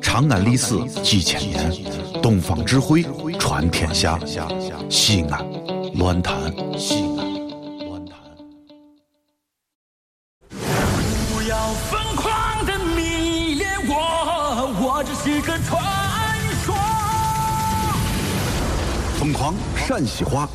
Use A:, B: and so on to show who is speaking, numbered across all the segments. A: 长安历史几千年，东方智慧传天下。西安，乱谈西安，乱谈。
B: 不要疯狂的迷恋我，我只是个传说。
A: 疯狂陕西话，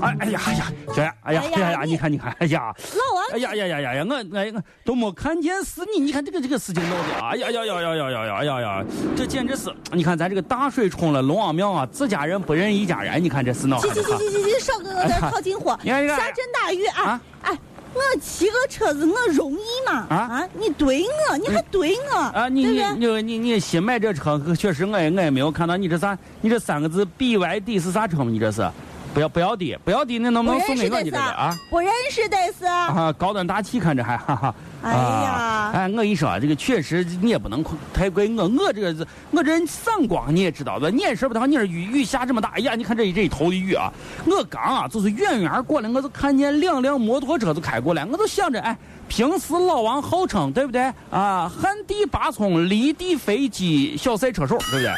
C: 哎哎呀哎呀，小杨，哎呀
D: 哎呀
C: 哎呀哎呀，
D: 你
C: 你看你看， 哎呀，
D: 老王，
C: 哎呀呀呀呀呀，我哎我都没看见是你，你看这个这个事情闹的，哎呀呀呀呀呀呀呀呀呀，这简直是，你看咱这个大水冲了龙王庙啊，自家人不认一家人，你看这事闹
D: 去
C: 的
D: 去去
C: 哈。
D: 去去去，少哥有点靠近火，
C: 你看你看
D: 下阵大雨啊
C: 啊！
D: 哎，我骑个车子我容易吗？
C: 啊
D: 啊，你怼我，你还怼我
C: 啊，你
D: 对
C: 你
D: 不对？
C: 你你你新买这车，确实我也我也没有看到你这啥，你这三个字 BYD 是啥车吗？你这是，不要不要的，不要的，那能不
D: 不
C: 能
D: 认
C: 送
D: 识
C: 给我
D: 的
C: 你
D: 是
C: 这个啊？，
D: 不认识的是，
C: 啊，高端大气看着还，哈哈。
D: 哎
C: 啊
D: 呀
C: 哎，我一说啊，这个确实你也不能太怪我，我这个是我这人散光你也知道的，你也说不到，你这雨雨下这么大，哎呀，你看这一这一头的雨啊，我刚啊就是远远过来，我就看见两辆摩托车就开过来，我就想着，哎，平时老王号称对不对啊，旱地拔葱，离地飞机，小赛车手对不对？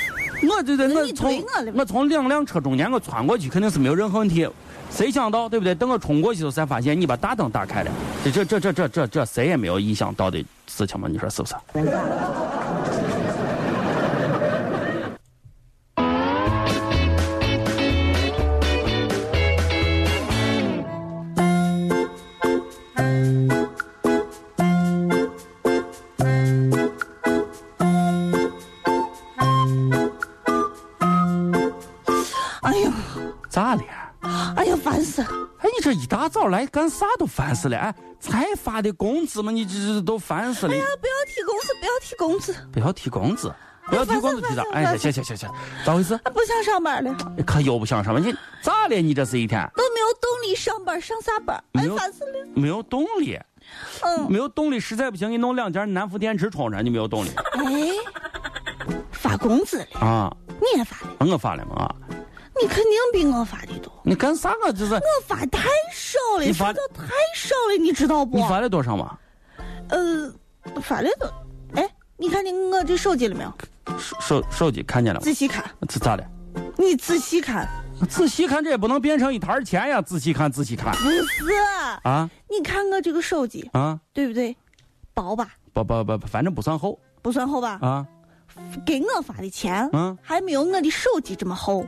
C: 我这这
D: 那
C: 我
D: 你
C: 从
D: 怼我了呗
C: 我从两辆车中间我穿过去，肯定是没有任何问题。谁想到对不对？等我冲过去的时候才发现你把大灯打开了，这这这这这这这谁也没有意想到的事情嘛？你说是不是？
D: 哎呀，
C: 咋了？
D: 哎呀，烦死了！
C: 哎，你这一大早来干啥都烦死了？哎，才发的工资嘛，你这这都烦死了
D: 哎！呀，不要提工资，不要提工资，
C: 不要提工资，不要提工资提啥？哎，行行行行，咋回事？
D: 啊不想上班了，
C: 可又不想上班，你咋了？你这是一天
D: 都没有动力上班，上啥班？
C: 没
D: 哎
C: 有，
D: 烦死了！
C: 没有动力，
D: 嗯，
C: 没有动力，实在不行给你弄两件南孚电池充上，你没有动力
D: 哎，发工资了，
C: 啊！
D: 你也发的，
C: 我发了嘛啊！
D: 你肯定比我发的多。
C: 你干啥啊？这是
D: 我发太少了，
C: 你发
D: 发的太少了，你知道不？
C: 你发了多少嘛？
D: 呃，反正都，哎，你看你我这手机了没有？
C: 手手手机看见了吗
D: 仔？细看，
C: 这咋了？
D: 你仔细看，
C: 仔细看，这也不能变成一沓钱呀！仔细看，仔细看
D: 不是，
C: 啊
D: 你看我这个手机，
C: 啊！
D: 对不对？薄吧，
C: 不不不，反正不算厚
D: 不算厚吧？
C: 啊！
D: 给我发的钱，
C: 嗯
D: 还没有我的手机这么厚。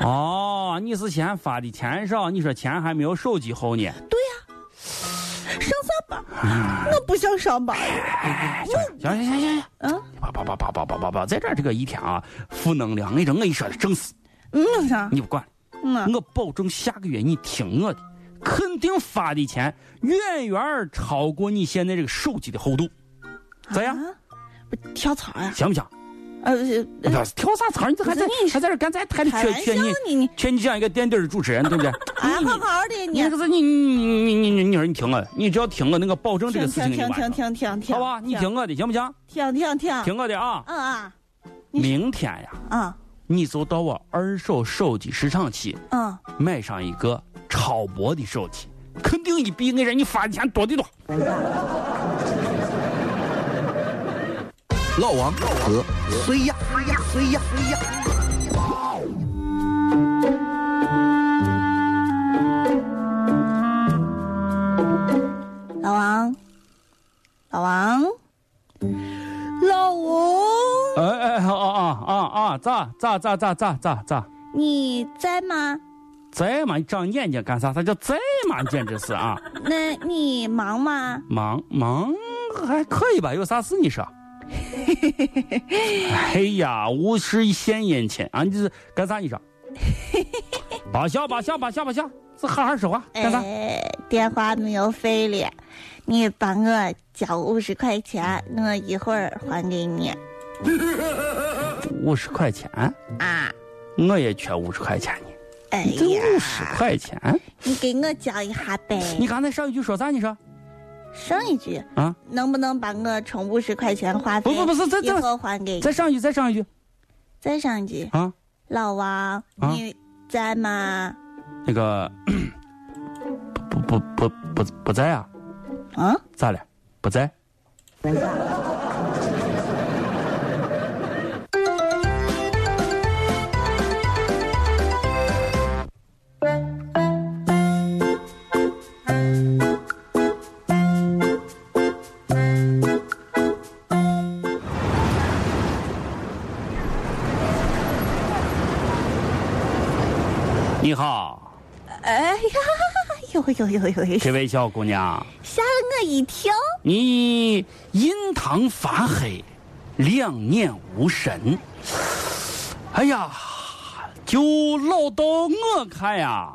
C: 哦，你是嫌发的钱少，你说钱还没有手机厚呢？
D: 对呀、上啥班？我不想上班了。
C: 哎行行行行行，
D: 啊，
C: 叭叭叭叭叭叭叭叭，在这儿这个一天啊，负能量，我跟你说，我一说整死
D: 嗯，有啥？
C: 你不管了。
D: 嗯啊，
C: 我保证下个月你听我的，肯定发的钱远远儿超过你现在这个手机的厚度，咋样？
D: 啊？不跳槽呀、
C: 行不行？
D: 呃，
C: 不
D: 呃
C: 是跳啥槽儿？你这还在
D: 不是你
C: 还在这干啥？还
D: 开
C: 缺
D: 玩
C: 缺
D: 笑
C: 你
D: 你你，
C: 缺你这样一个垫底儿的主持人，对 不对？
D: 啊，好好的
C: 你
D: 你
C: 你。可是你你你你你你说你听我的，你只要听我那个保证这
D: 停
C: 个事情给
D: 停停
C: 你
D: 停
C: 完成，
D: 停停停，
C: 好吧？你听我的行不行？
D: 停停停，
C: 听我的啊！
D: 嗯啊你
C: 明天呀，
D: 啊
C: 你就到我二手手机市场去
D: 啊！
C: 买上一个超薄的手机，肯定一比我让你发的钱多得多。
A: 老王和谁呀？谁呀？谁呀？
D: 老王，老王，老王，
C: 哎哎啊啊啊啊！咋咋咋咋咋咋咋？
D: 你在吗？
C: 在嘛？你长眼睛干啥？啥叫在嘛？简直是啊！
D: 那你忙吗？
C: 忙忙还可以吧？有啥事你说？ 哎呀，无事献殷勤啊！你这是干啥？ 你说？别笑，别笑，别笑，别笑！这好好说话，干啥？
D: 哎，电话没有费了，你帮我交五十块钱，我一会儿还给你
C: 五十块钱
D: 啊！
C: 我也缺五十块钱呢。
D: 哎
C: 这
D: 呀，
C: 五十块钱，
D: 你给我讲一下呗。
C: 你刚才上一句说啥？你说
D: 上一句，
C: 啊？
D: 能不能把我充五十块钱话费？
C: 不不不是这这
D: 以后还给你。
C: 再上一句，再上一句
D: 再上一句，
C: 啊？
D: 老王，
C: 啊
D: 你在吗？
C: 那个 不不不不不不在啊？
D: 啊，
C: 咋了？不在？你好，
D: 哎呀，呦呦呦呦呦，
C: 这位小姑娘，
D: 吓了我一跳。
C: 你印堂发黑，两眼无神。哎呀，就老到我看呀，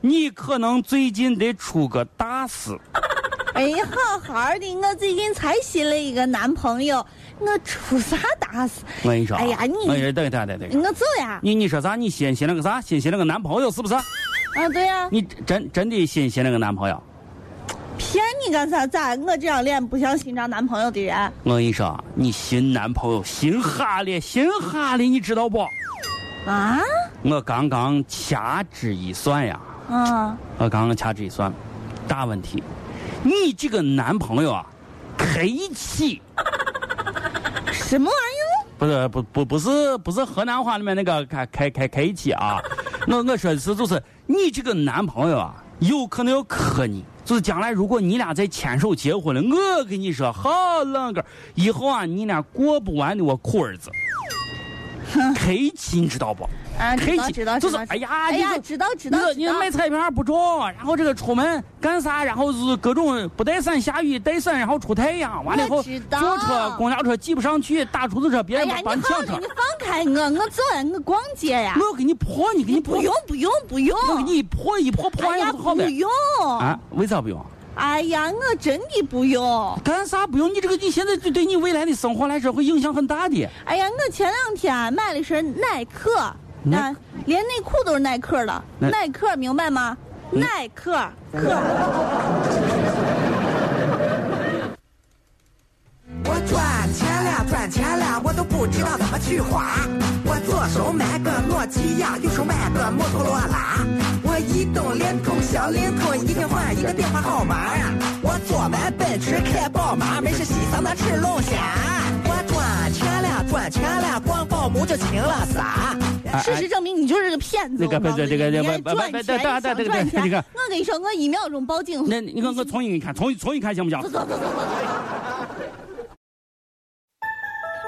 C: 你可能最近得出个大事。
D: 哎呀，好好的，我最近才新了一个男朋友，我出啥大事？
C: 我跟你说啊，
D: 哎呀你
C: 我
D: 嗯
C: 跟说等一等等一等，
D: 我走呀！
C: 你你说啥？你新寻了个啥？新寻了个男朋友是不是？
D: 啊，对呀、
C: 你真真的新寻了个男朋友？
D: 骗你干啥？咋？我这张脸不像新找男朋友的人。
C: 我跟你说啊，你新男朋友心哈了，心哈了，你知道不？
D: 啊？
C: 我刚刚掐指一算呀，
D: 嗯，
C: 我呃刚刚掐指一算，大问题，你这个男朋友啊，黑气，
D: 什么玩
C: 不是不不不是不是河南话里面那个开开开开气啊， 我我说的是就是你这个男朋友啊，有可能要克你。就是将来如果你俩再牵手结婚了，我跟你说，好冷个儿，以后啊，你俩过不完的我苦日子。黑气，你知道不？
D: 意儿？啊，
C: 黑
D: 知道
C: 气
D: 知道
C: 就
D: 知
C: 是
D: 道。
C: 哎呀
D: 哎
C: 你
D: 呀，
C: 这
D: 知道
C: 你
D: 知道
C: 说
D: 知
C: 你
D: 道。
C: 买菜苗不中，然后这个出门干啥，然后是各种不带伞下雨，带伞然后出太阳，完了以后
D: 我知道
C: 坐车公交车挤不上去，打出租车别
D: 哎
C: 人
D: 呀，你
C: 把
D: 好
C: 你抢车
D: 了，你，放开我，我走呀，我逛街呀。
C: 我给你破，你给你破
D: 不，用不用不用。
C: 我给你破一破破
D: 哎
C: 完以
D: 呀，
C: 后好
D: 不
C: 呗。
D: 用。
C: 啊，为啥不用？
D: 哎呀，我真的不用。
C: 干啥不用？你这个你现在对对你未来的生活来说会影响很大的。
D: 哎呀，我前两天啊买了一身耐克，
C: 耐
D: 啊，连内裤都是耐克的，
C: 耐
D: 耐克明白吗？
C: 嗯
D: 耐克克。
C: 啊
E: 我赚钱了，赚钱了，我都不知道怎么去花。我左手买个诺基亚，右手买个摩托罗拉。我移动、联通、小灵通，一天换一个电话号码。我左买奔驰，开宝马，没事喜桑那吃龙虾。我赚钱了，赚钱了，光保姆就请了仨。
D: 事实证明，你就是个骗子。
C: 啊那个
D: 我告诉
C: 不是这个
D: 你
C: 这
D: 你
C: 不
D: 还
C: 不不
D: 赚
C: 不
D: 钱，
C: 等等等等
D: 想赚
C: 等等这个
D: 钱。我跟你说，我一秒钟报警。
C: 那你我我重新给你看，重新重新看行不行
D: 走？走走走走。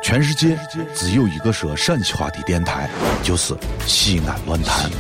A: 全世界只有一个说陕西话的电台，就是西安乱坛。